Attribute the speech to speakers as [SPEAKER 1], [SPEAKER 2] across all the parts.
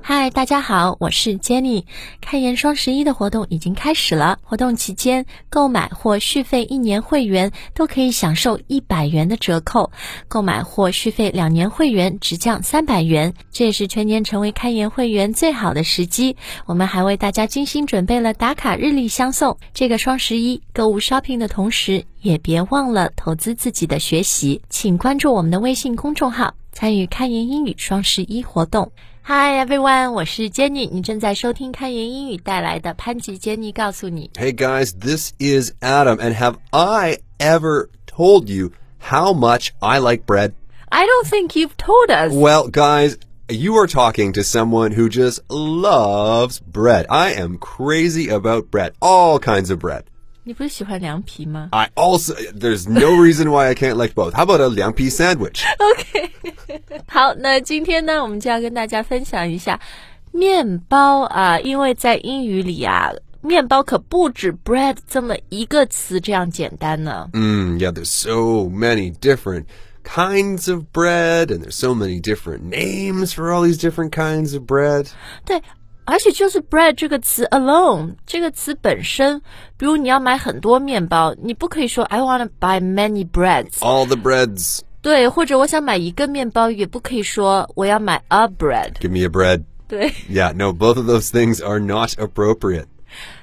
[SPEAKER 1] 嗨，大家好，我是 Jenny。开言双十一的活动已经开始了，活动期间购买或续费一年会员都可以享受一百元的折扣，购买或续费两年会员直降三百元。这也是全年成为开言会员最好的时机。我们还为大家精心准备了打卡日历相送。这个双十一购物 shopping 的同时，也别忘了投资自己的学习。请关注我们的微信公众号。参与开言英语双十一活动。Hi everyone，我是 Jenny，你正在收听开言英语带来的潘吉 Jenny 告诉你。
[SPEAKER 2] Hey guys, this is Adam, and have I ever told you how much I like bread?
[SPEAKER 1] I don't think you've told us.
[SPEAKER 2] Well, guys, you are talking to someone who just loves bread. I am crazy about bread, all kinds of bread.
[SPEAKER 1] 你不是喜欢凉皮吗
[SPEAKER 2] I also, there's no reason why I can't like both. How about a 凉皮 sandwich?
[SPEAKER 1] ？OK，好，那今天呢，我们就要跟大家分享一下面包啊，因为在英语里啊，面包可不止 bread 这么一个词这样简单呢。
[SPEAKER 2] Mm, yeah, there's so many different kinds of bread, and there's so many different names for all these different kinds of bread.
[SPEAKER 1] 对，而且就是 bread 这个词 alone 这个词本身，比如你要买很多面包，你不可以说 I want to buy many breads，、
[SPEAKER 2] All the breads.
[SPEAKER 1] 对，或者我想买一个面包，也不可以说我要买 a bread，
[SPEAKER 2] Give me a bread.
[SPEAKER 1] 对，
[SPEAKER 2] Yeah, no, both of those things are not appropriate.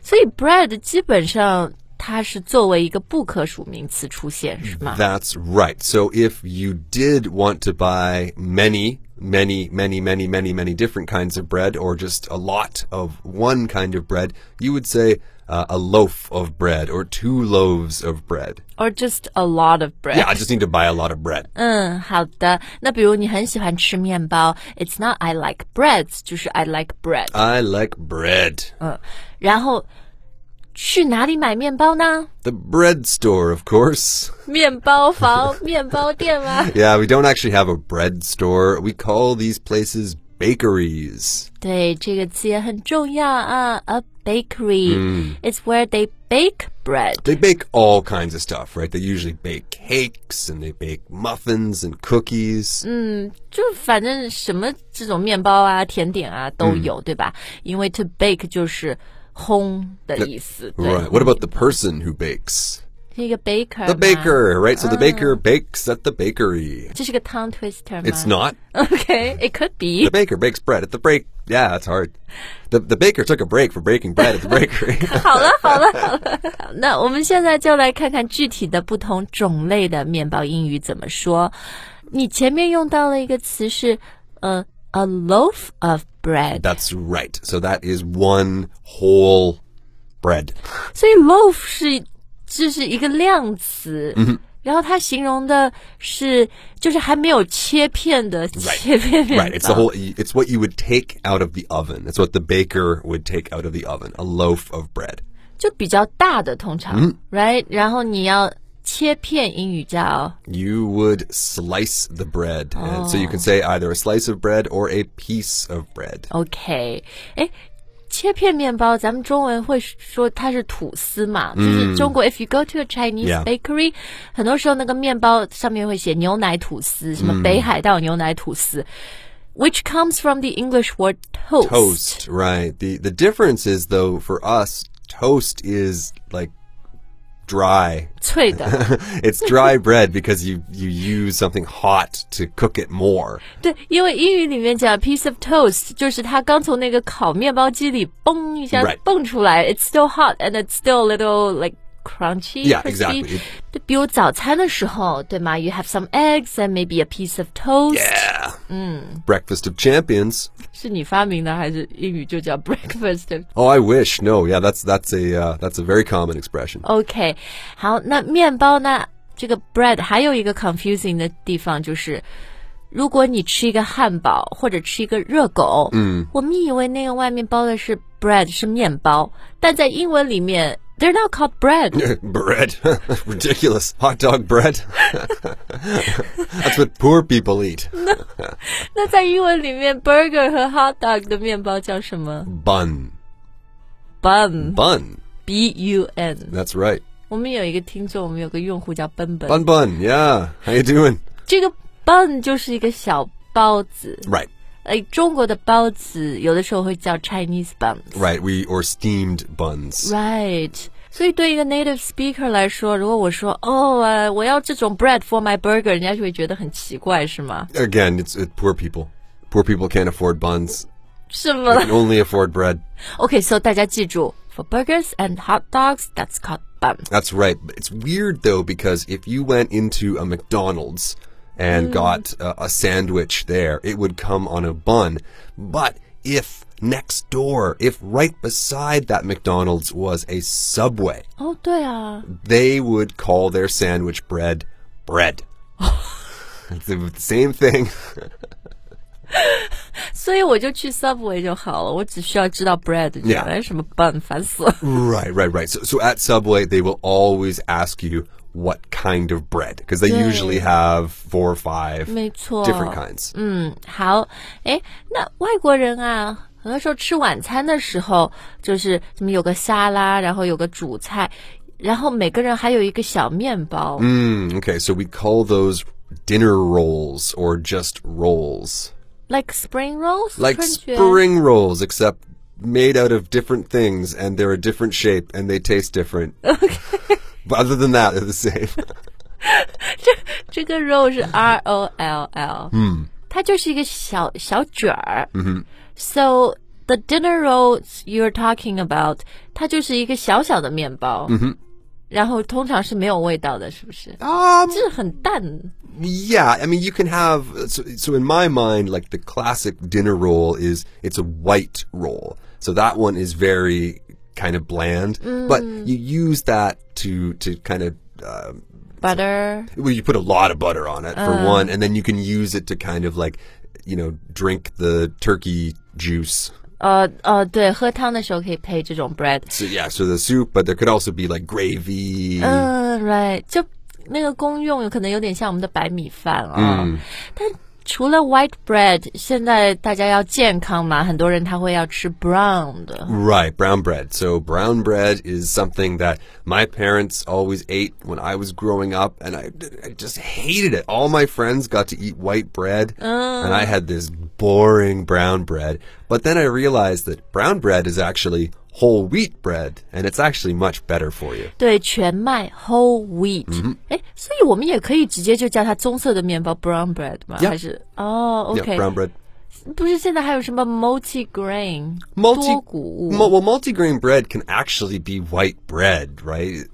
[SPEAKER 1] 所以 bread 基本上它是作为一个不可数名词出现，是吗？
[SPEAKER 2] That's right. So if you did want to buy many, many, many, many, many, many different kinds of bread, or just a lot of one kind of bread, you would say uh, a loaf of bread or two loaves of bread.
[SPEAKER 1] Or just a lot of bread.
[SPEAKER 2] Yeah, I just need to buy a lot of bread.
[SPEAKER 1] 嗯，好的。那比如你很喜欢吃面包，It's not I like breads，就是 I like bread。
[SPEAKER 2] I like bread.
[SPEAKER 1] 然后去哪里买面包呢？
[SPEAKER 2] The bread store, of course.
[SPEAKER 1] 面包 房、面包店吗？
[SPEAKER 2] Yeah, we don't actually have a bread store. We call these places bakeries.
[SPEAKER 1] 对，这个词也很重要啊。A bakery、is where they bake bread。
[SPEAKER 2] They bake all kinds of stuff, right? They usually bake cakes and they bake muffins and cookies.
[SPEAKER 1] 就反正什么这种面包啊、甜点啊都有，对吧？因为 to bake 就是烘的意思。对
[SPEAKER 2] Right. What about the person who bakes?
[SPEAKER 1] 是一个 baker？
[SPEAKER 2] The
[SPEAKER 1] 吗
[SPEAKER 2] baker, right? So the baker bakes at the bakery.
[SPEAKER 1] 这是个 tongue twister 吗
[SPEAKER 2] It's not.
[SPEAKER 1] OK，it could be。
[SPEAKER 2] The baker bakes bread at the break. Yeah, that's hard. The, the baker took a break for baking bread at the bakery.
[SPEAKER 1] 好了，好了，好了。那我们现在就来看看具体的不同种类的面包英语怎么说。你前面用到了一个词是呃，a loaf of bread，
[SPEAKER 2] that's right. So that is one whole bread.
[SPEAKER 1] 所以 loaf 是这是一个量词，
[SPEAKER 2] 嗯
[SPEAKER 1] 然后它形容的是就是还没有切片的切片面包
[SPEAKER 2] Right. It's the whole. It's what you would take out of the oven. It's what the baker would take out of the oven. A loaf of bread.
[SPEAKER 1] 就比较大的通
[SPEAKER 2] 嗯
[SPEAKER 1] 常、right，然后你要切片，英语叫
[SPEAKER 2] You would slice the bread. And so you can say either a slice of bread or a piece of bread.
[SPEAKER 1] OK，哎。切片面包，咱们中文会说它是吐司嘛，就是中国。If you go to a Chinese
[SPEAKER 2] Yeah.
[SPEAKER 1] bakery，、很多时候那个面包上面会写牛奶吐司，什么北海道牛奶吐司、w h i c h comes from the English word toast。
[SPEAKER 2] Toast, right. The the difference is though for us toast is like dry.
[SPEAKER 1] 脆的，
[SPEAKER 2] it's dry bread because you you use something hot to cook it more.
[SPEAKER 1] 对，因为英语里面讲 piece of toast 就是它刚从那个烤面包机里嘣一下
[SPEAKER 2] Right.
[SPEAKER 1] 蹦出来，it's still hot and it's still a little like crunchy。
[SPEAKER 2] Yeah,
[SPEAKER 1] crispy
[SPEAKER 2] exactly. It-
[SPEAKER 1] 对，比如早餐的时候，对吗？You have some eggs and maybe a piece of toast。
[SPEAKER 2] Yeah. Breakfast of champions.
[SPEAKER 1] 是你发明的还是英语就叫 breakfast？OK，、
[SPEAKER 2] Oh, I wish. No, yeah, that's that's a uh, that's a very common expression.
[SPEAKER 1] OK，好，那面包呢？这个 bread 还有一个 confusing 的地方就是。如果你吃一个汉堡或者吃一个热狗，嗯，我们以为那个外面包的是 bread 是面包，但在英文里面 they're not called bread，
[SPEAKER 2] bread. Ridiculous. Hot dog bread. That's what poor people eat.
[SPEAKER 1] 那在英文里面 burger 和 hot dog 的面包叫什么
[SPEAKER 2] Bun.
[SPEAKER 1] bun
[SPEAKER 2] Bun.
[SPEAKER 1] b u n。
[SPEAKER 2] That's right.
[SPEAKER 1] 我们有一个听众，我们有个用户叫奔奔，
[SPEAKER 2] Bun bun. Yeah. How you doing?
[SPEAKER 1] 这个 bun 就是一个小包子，
[SPEAKER 2] Right.
[SPEAKER 1] 呃，中国的包子有的时候会叫 Chinese buns。
[SPEAKER 2] Right, we or steamed buns.
[SPEAKER 1] Right. 所以对一个 native speaker 来说，如果我说哦，呃我要这种 bread for my burger，人家就会觉得很奇怪，是吗？
[SPEAKER 2] Again, it's it, poor people. Poor people can't afford buns.
[SPEAKER 1] 是
[SPEAKER 2] They
[SPEAKER 1] 吗
[SPEAKER 2] can only afford bread.
[SPEAKER 1] ？OK，so、大家记住，for burgers and hot dogs，that's called bun。
[SPEAKER 2] That's right. But It's weird though because if you went into a McDonald's and got uh, a sandwich there, it would come on a bun. But if next door, if right beside that McDonald's was a Subway,
[SPEAKER 1] 哦，对啊，
[SPEAKER 2] they would call their sandwich bread bread. it's the same thing.
[SPEAKER 1] 所以我就去 Subway 就好了，我只需要知道 bread 就好
[SPEAKER 2] Yeah.
[SPEAKER 1] 了什么 bun，烦死 了。
[SPEAKER 2] Right, right, right. So, so at Subway, they will always ask you what kind of bread because they
[SPEAKER 1] Yeah.
[SPEAKER 2] usually have four or five
[SPEAKER 1] 没错
[SPEAKER 2] different kinds.
[SPEAKER 1] 嗯，好，哎，那外国人啊，很多时候吃晚餐的时候，就是怎么有个沙拉，然后有个主菜，然后每个人还有一个小面包。
[SPEAKER 2] Mm, okay, so we call those dinner rolls or just rolls,
[SPEAKER 1] Like spring rolls，
[SPEAKER 2] like
[SPEAKER 1] 春卷
[SPEAKER 2] spring rolls, except made out of different things and they're a different shape and they taste different. but other than that, they're the same.
[SPEAKER 1] 这个 roll 是 R O L L，嗯，它就是一个小小卷儿，嗯哼。So the dinner rolls you're talking about，它就是一个小小的面包，嗯哼。然后通常是没有味道的，是不是？
[SPEAKER 2] um,
[SPEAKER 1] 就是很淡。
[SPEAKER 2] Yeah, I mean, you can have. So, so in my mind, like the classic dinner roll is it's a white roll. So that one is very kind of bland, but you use that to to kind of. Uh,
[SPEAKER 1] Butter，
[SPEAKER 2] well, you put a lot of butter on it for one, and then you can use it to kind of like, you know, drink the turkey juice.
[SPEAKER 1] 呃呃，对，喝汤的时候可以配这种 bread。
[SPEAKER 2] So yeah, so the soup, but there could also be like gravy.
[SPEAKER 1] 嗯，right，就那个功用有可能有点像我们的白米饭啊、但除了 white bread，现在大家要健康嘛，很多人他会要吃 brown 的。
[SPEAKER 2] Right, brown bread. So brown bread is something that my parents always ate when I was growing up, and I, I just hated it. All my friends got to eat white bread, and I had this boring brown bread. But then I realized that brown bread is actually whole wheat bread, and it's actually much better for you.
[SPEAKER 1] 对，全麦 whole wheat。哎、所以我们也可以直接就叫它棕色的面包 brown bread 吗
[SPEAKER 2] Yeah
[SPEAKER 1] 还是哦、o
[SPEAKER 2] Yeah,
[SPEAKER 1] k
[SPEAKER 2] brown bread.
[SPEAKER 1] 不是现在还有什么 multi grain 多
[SPEAKER 2] Multi,
[SPEAKER 1] 谷物
[SPEAKER 2] mu- well, multigrain bread can actually be white bread, right?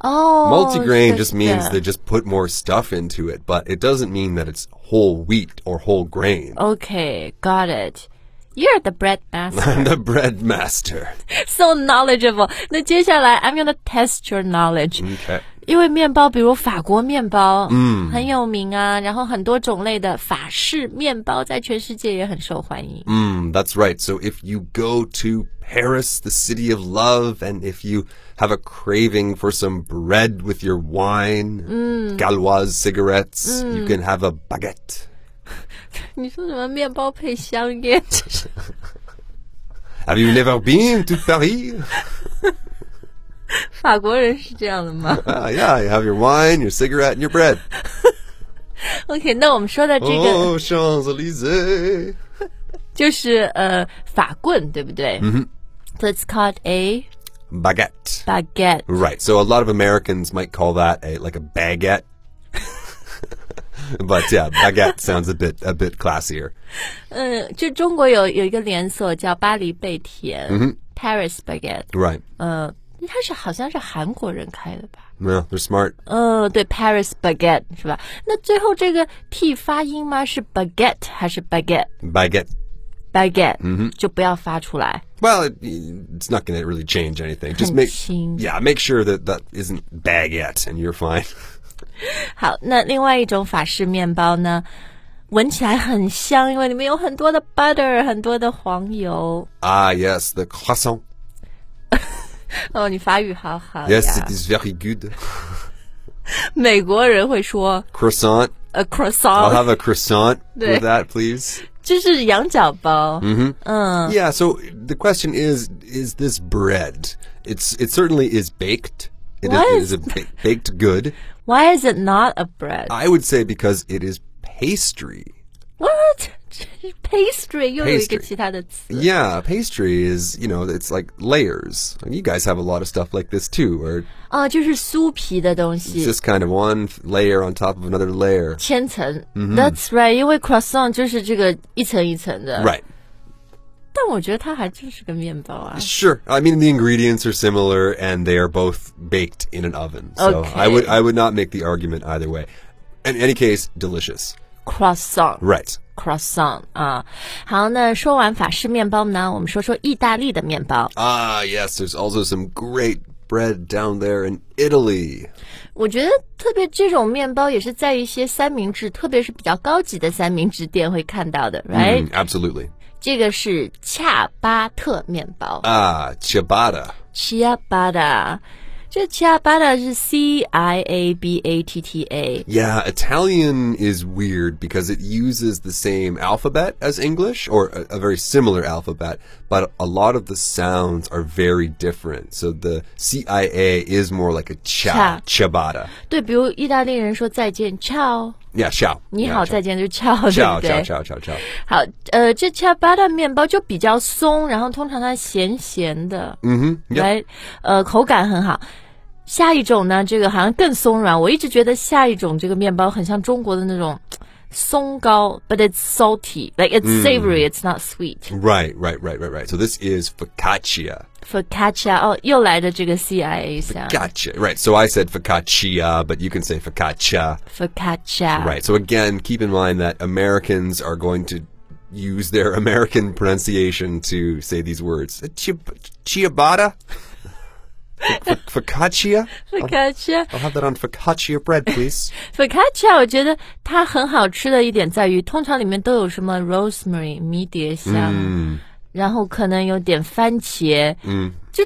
[SPEAKER 1] 哦
[SPEAKER 2] Multigrain
[SPEAKER 1] 是
[SPEAKER 2] just means
[SPEAKER 1] 的
[SPEAKER 2] they just put more stuff into it, but it doesn't mean that it's whole wheat or whole grain.
[SPEAKER 1] Oh. Okay, got it. You're the bread master,
[SPEAKER 2] I'm the bread master.
[SPEAKER 1] so knowledgeable. 那接下来，I'm gonna test your knowledge，、
[SPEAKER 2] Okay.
[SPEAKER 1] 因为面包，比如法国面包，嗯，很有名啊，然后很多种类的法式面包在全世界也很受欢迎。
[SPEAKER 2] Mm, that's right. So if you go to Paris, the city of love, and if you have a craving for some bread with your wine, Galois cigarettes, you can have a baguette.
[SPEAKER 1] 你说什么面包配香烟？这 是
[SPEAKER 2] Have you never been to Paris?
[SPEAKER 1] 法国人是这样的吗
[SPEAKER 2] Ah, yeah, you have your wine, your cigarette, and your bread.
[SPEAKER 1] ？OK，那我们说的这个。
[SPEAKER 2] Oh, Champs Elysees.
[SPEAKER 1] 就是呃法棍，对不对？嗯 That's called a
[SPEAKER 2] Baguette.
[SPEAKER 1] baguette.
[SPEAKER 2] Right. So a lot of Americans might call that a like a baguette. but yeah, baguette sounds a bit a bit classier.
[SPEAKER 1] 嗯，就中国有有一个连锁叫巴黎贝甜、Paris Baguette。
[SPEAKER 2] Right.
[SPEAKER 1] 呃，它是好像是韩国人开的吧？
[SPEAKER 2] No, they're smart.
[SPEAKER 1] 呃，对，Paris Baguette 是吧？那最后这个 t 发音吗？是 baguette 还是 baguette？baguette
[SPEAKER 2] Baguette. 嗯
[SPEAKER 1] 就不要发出来。
[SPEAKER 2] Well, it, it's not going to really change anything. Just make
[SPEAKER 1] Punching.
[SPEAKER 2] yeah, make sure that that isn't baguette, and you're fine.
[SPEAKER 1] 好，那另外一种法式面包呢，闻起来很香，因为里面有很多的 butter，很多的黄油。
[SPEAKER 2] ah, yes, the croissant.
[SPEAKER 1] 哦，你法语好好
[SPEAKER 2] Yes,
[SPEAKER 1] 呀
[SPEAKER 2] it！is very good.
[SPEAKER 1] 美国人会说
[SPEAKER 2] Croissant.
[SPEAKER 1] a
[SPEAKER 2] I'll
[SPEAKER 1] croissant，
[SPEAKER 2] have a croissant
[SPEAKER 1] Yeah.
[SPEAKER 2] with that, please.
[SPEAKER 1] 就是羊角包。嗯
[SPEAKER 2] Yeah, so the question is is this bread? It's it certainly is baked. It is
[SPEAKER 1] What?
[SPEAKER 2] it is a ba- baked good. 啊
[SPEAKER 1] Why is it not a bread?
[SPEAKER 2] I would say because it is pastry.
[SPEAKER 1] What？ pastry 又有一个
[SPEAKER 2] Pastry
[SPEAKER 1] 其他的词。
[SPEAKER 2] Yeah, pastry is, you know, it's like layers. And you guys have a lot of stuff like this too, where
[SPEAKER 1] 哦、就是酥皮的东
[SPEAKER 2] it's
[SPEAKER 1] 西，
[SPEAKER 2] just kind of one f- layer on top of another layer.
[SPEAKER 1] 千层。That's
[SPEAKER 2] 嗯
[SPEAKER 1] right，因为 croissant 就是这个一层一层的。
[SPEAKER 2] Right.
[SPEAKER 1] 但我觉得它还真是个面包啊。
[SPEAKER 2] Sure. I mean, the ingredients are similar, and they are both baked in an oven. So
[SPEAKER 1] Okay.
[SPEAKER 2] I would I would not make the argument either way. In any case, delicious.
[SPEAKER 1] croissant。
[SPEAKER 2] Right.
[SPEAKER 1] croissant 啊，好，那说完法式面包呢，我们说说意大利的面包。
[SPEAKER 2] Ah, yes. There's also some great bread down there in Italy.
[SPEAKER 1] 我觉得特别这种面包也是在一些三明治，特别是比较高级的三明治店会看到的，right？、
[SPEAKER 2] Mm, absolutely.
[SPEAKER 1] 这个是恰巴特面包
[SPEAKER 2] Ah, ciabatta.
[SPEAKER 1] （ciabatta）。这 ciabatta 是 C I A B A T T A，
[SPEAKER 2] Yeah, Italian is weird because it uses the same alphabet as English, or a, a very similar alphabet, but a lot of the sounds are very different. So the CIA is more like a cha, ciabatta.
[SPEAKER 1] 对，比如意大利人说再见 ciao，
[SPEAKER 2] Yeah, ciao.
[SPEAKER 1] 你
[SPEAKER 2] Yeah,
[SPEAKER 1] 好
[SPEAKER 2] ciao.
[SPEAKER 1] 再见就是 ciao，对
[SPEAKER 2] Ciao,
[SPEAKER 1] 不
[SPEAKER 2] ciao,
[SPEAKER 1] 对？
[SPEAKER 2] ciao, ciao, ciao.
[SPEAKER 1] 好，呃，这 ciabatta 面包就比较松，然后通常它咸咸的，嗯哼，
[SPEAKER 2] yeah
[SPEAKER 1] 来，呃，口感很好。下一种呢，这个好像更松软。我一直觉得下一种这个面包很像中国的那种松糕，but it's salty, like it's savory,、it's not sweet.
[SPEAKER 2] Right, right, right, right, right. So this is focaccia.
[SPEAKER 1] Focaccia，哦，又来的这个 CIA 香
[SPEAKER 2] Gotcha. Right. So I said focaccia, but you can say focaccia.
[SPEAKER 1] Focaccia，
[SPEAKER 2] Right. So again, keep in mind that Americans are going to use their American pronunciation to say these words. Chia- Ciabatta? F- Focaccia?
[SPEAKER 1] Focaccia，
[SPEAKER 2] I'll have that on focaccia bread, please.
[SPEAKER 1] focaccia，我觉得它很好吃的一点在于，通常里面都有什么 rosemary 迷迭香，然后可能有点番茄，嗯，就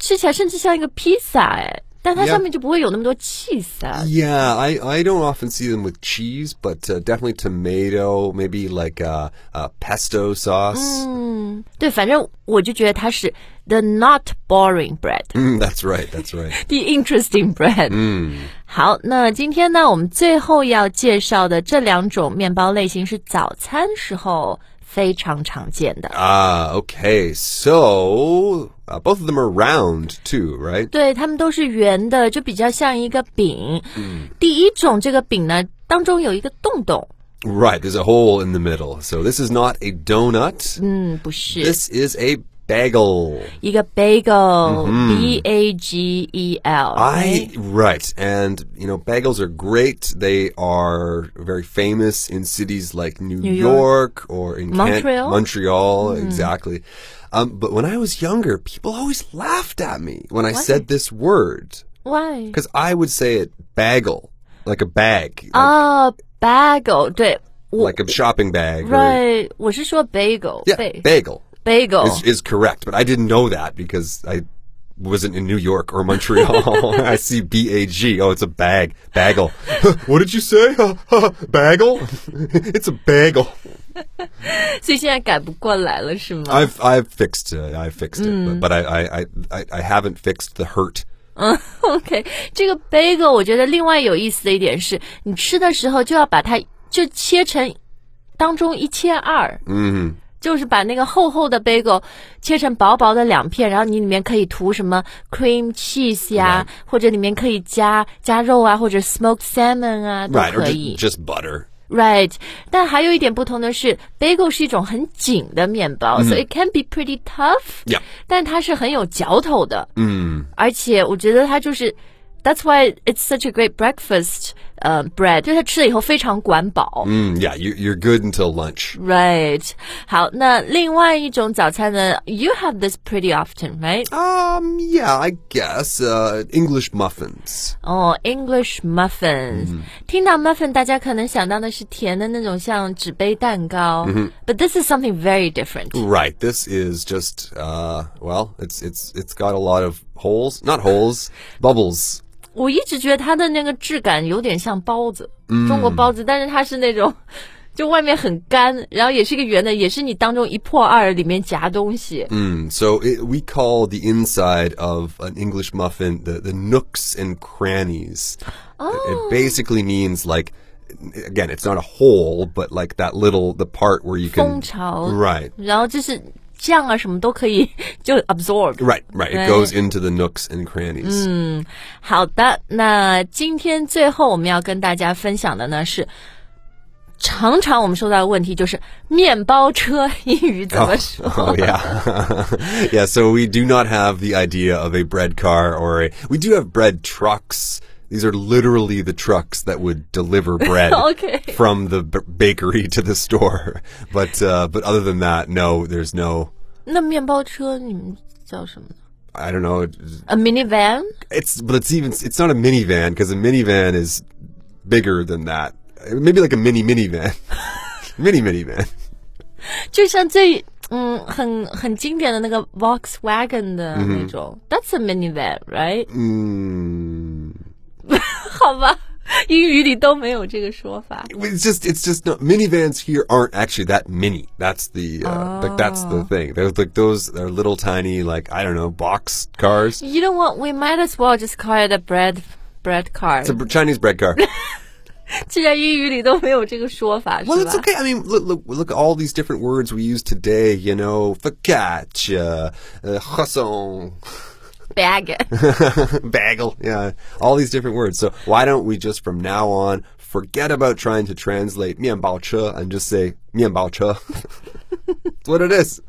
[SPEAKER 1] 吃起来甚至像一个披萨哎，但它
[SPEAKER 2] Yeah
[SPEAKER 1] 上面就不会有那么多 cheese 啊。
[SPEAKER 2] Yeah, I, I don't often see them with cheese, but uh, definitely tomato, maybe like uh, uh, pesto sauce.
[SPEAKER 1] 对，反正我就觉得它是 the not boring bread。
[SPEAKER 2] Mm, that's right, that's right.
[SPEAKER 1] The interesting bread。嗯，好，那今天呢，我们最后要介绍的这两种面包类型是早餐时候非常常见的。
[SPEAKER 2] Ah, okay. So uh, both of them are round too, right?
[SPEAKER 1] 对，它们都是圆的，就比较像一个饼。嗯，第一种这个饼呢，当中有一个洞洞。
[SPEAKER 2] Right. There's a hole in the middle. So this is not a donut.
[SPEAKER 1] 嗯，不是
[SPEAKER 2] This is a bagel.
[SPEAKER 1] 一个 bagel，b a g e l。
[SPEAKER 2] I right, and you know bagels are great. They are very famous in cities like New, York.
[SPEAKER 1] York.
[SPEAKER 2] or in
[SPEAKER 1] Montreal. Hmm.
[SPEAKER 2] Can- Montreal, exactly. Um, but when I was younger, people always laughed at me when I said this word
[SPEAKER 1] why？
[SPEAKER 2] because I would say it bagel, like a bag,
[SPEAKER 1] Uh,
[SPEAKER 2] like,
[SPEAKER 1] 哦，bagel，对我
[SPEAKER 2] like a shopping bag. or-
[SPEAKER 1] right，我是说 bagel，
[SPEAKER 2] yeah,
[SPEAKER 1] 贝
[SPEAKER 2] bagel is,
[SPEAKER 1] bagel。
[SPEAKER 2] is correct, but I didn't know that because I wasn't in New York or Montreal. I see B A G. Oh, it's a bag. Bagel. what did you say? bagel? it's a bagel.
[SPEAKER 1] 所以现在改不过来了，是吗？
[SPEAKER 2] I've I've fixed it. I fixed it, but, but I, I, I- I I haven't fixed the hurt.
[SPEAKER 1] OK，这个 bagel 我觉得另外有意思的一点是，你吃的时候就要把它就切成当中一切二，嗯，就是把那个厚厚的 bagel 切成薄薄的两片，然后你里面可以涂什么 cream cheese 呀、或者里面可以加加肉啊，或者 smoked salmon 啊都
[SPEAKER 2] Right, or
[SPEAKER 1] 可
[SPEAKER 2] ju-
[SPEAKER 1] 以。
[SPEAKER 2] just butter.
[SPEAKER 1] Right，但还有一点不同的是，bagel 是一种很紧的面包，所以 it can be pretty tough。
[SPEAKER 2] Yeah.
[SPEAKER 1] 但它是很有嚼头的。嗯，而且我觉得它就是，That's why it's such a great breakfast，呃、bread，就是它吃了以后非常管饱。
[SPEAKER 2] Mm, yeah, you, you're good until lunch.
[SPEAKER 1] Right，好，那另外一种早餐呢？You have this pretty often，right？
[SPEAKER 2] Um, yeah, I guess uh, English muffins.
[SPEAKER 1] 哦、e n g l i s h muffins，、听到 muffin，大家可能想到的是甜的那种，像纸杯蛋糕。But this is something very different。
[SPEAKER 2] Right. This is just uh well, it's it's it's got a lot of holes, not holes, bubbles.
[SPEAKER 1] 我一直觉得它的那个质感有点像包子，
[SPEAKER 2] 嗯
[SPEAKER 1] 中国包子，但是它是那种 就外面很干，然后也是一个圆的，也是你当中一破二里面夹东西。
[SPEAKER 2] Mm, so it, we call the inside of an English muffin the the nooks and crannies. It- It basically means like again, it's not a whole, but like that little the part where you can
[SPEAKER 1] 蜂巢
[SPEAKER 2] right,
[SPEAKER 1] 然后就是酱啊什么都可以 就 absorb。
[SPEAKER 2] right, right. It
[SPEAKER 1] Right.
[SPEAKER 2] goes into the nooks and crannies.
[SPEAKER 1] 好的，那今天最后我们要跟大家分享的呢是。常常我们收到的问题就是面包车英语怎么说
[SPEAKER 2] Oh yeah, yeah. So we do not have the idea of a bread car or a. We do have bread trucks. These are literally the trucks that would deliver bread
[SPEAKER 1] Okay.
[SPEAKER 2] from the b- bakery to the store. But uh, but other than that, no. There's no.
[SPEAKER 1] 那面包车你们叫什么呢
[SPEAKER 2] I don't know.
[SPEAKER 1] ？A minivan？
[SPEAKER 2] It's but it's even. It's not a minivan because a minivan is bigger than that. Maybe like a mini minivan. mini minivan.
[SPEAKER 1] 就像最嗯很很经典的那个 Volkswagen 的那
[SPEAKER 2] 嗯
[SPEAKER 1] 种、t h a t s a minivan，right？、
[SPEAKER 2] Mm.
[SPEAKER 1] 好吧，英语里都没有这个说法。
[SPEAKER 2] it's just it's just not minivans here aren't actually that mini. That's the uh, like that's the thing. They're like those they're little tiny like I don't know box cars.
[SPEAKER 1] You know what? We might as well just call it a bread bread car
[SPEAKER 2] It's。a Chinese bread car.
[SPEAKER 1] 既然英语里都没有这个说法，
[SPEAKER 2] Well,
[SPEAKER 1] 是
[SPEAKER 2] it's
[SPEAKER 1] 吧
[SPEAKER 2] okay. I mean, look, look, look at all these different words we use today. You know, focaccia, uh, croissant,
[SPEAKER 1] ？Bag
[SPEAKER 2] bagel. Yeah, all these different words. So why don't we just from now on forget about trying to translate 面包车 and just say 面包车? That's what it is.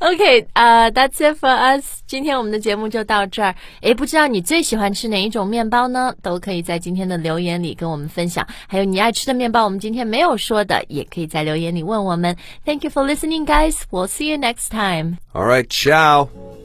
[SPEAKER 1] OK，呃、t h a t s it for us。今天我们的节目就到这儿。诶，不知道你最喜欢吃哪一种面包呢？都可以在今天的留言里跟我们分享。还有你爱吃的面包，我们今天没有说的，也可以在留言里问我们。Thank you for listening, guys. We'll see you next time.
[SPEAKER 2] All right, ciao.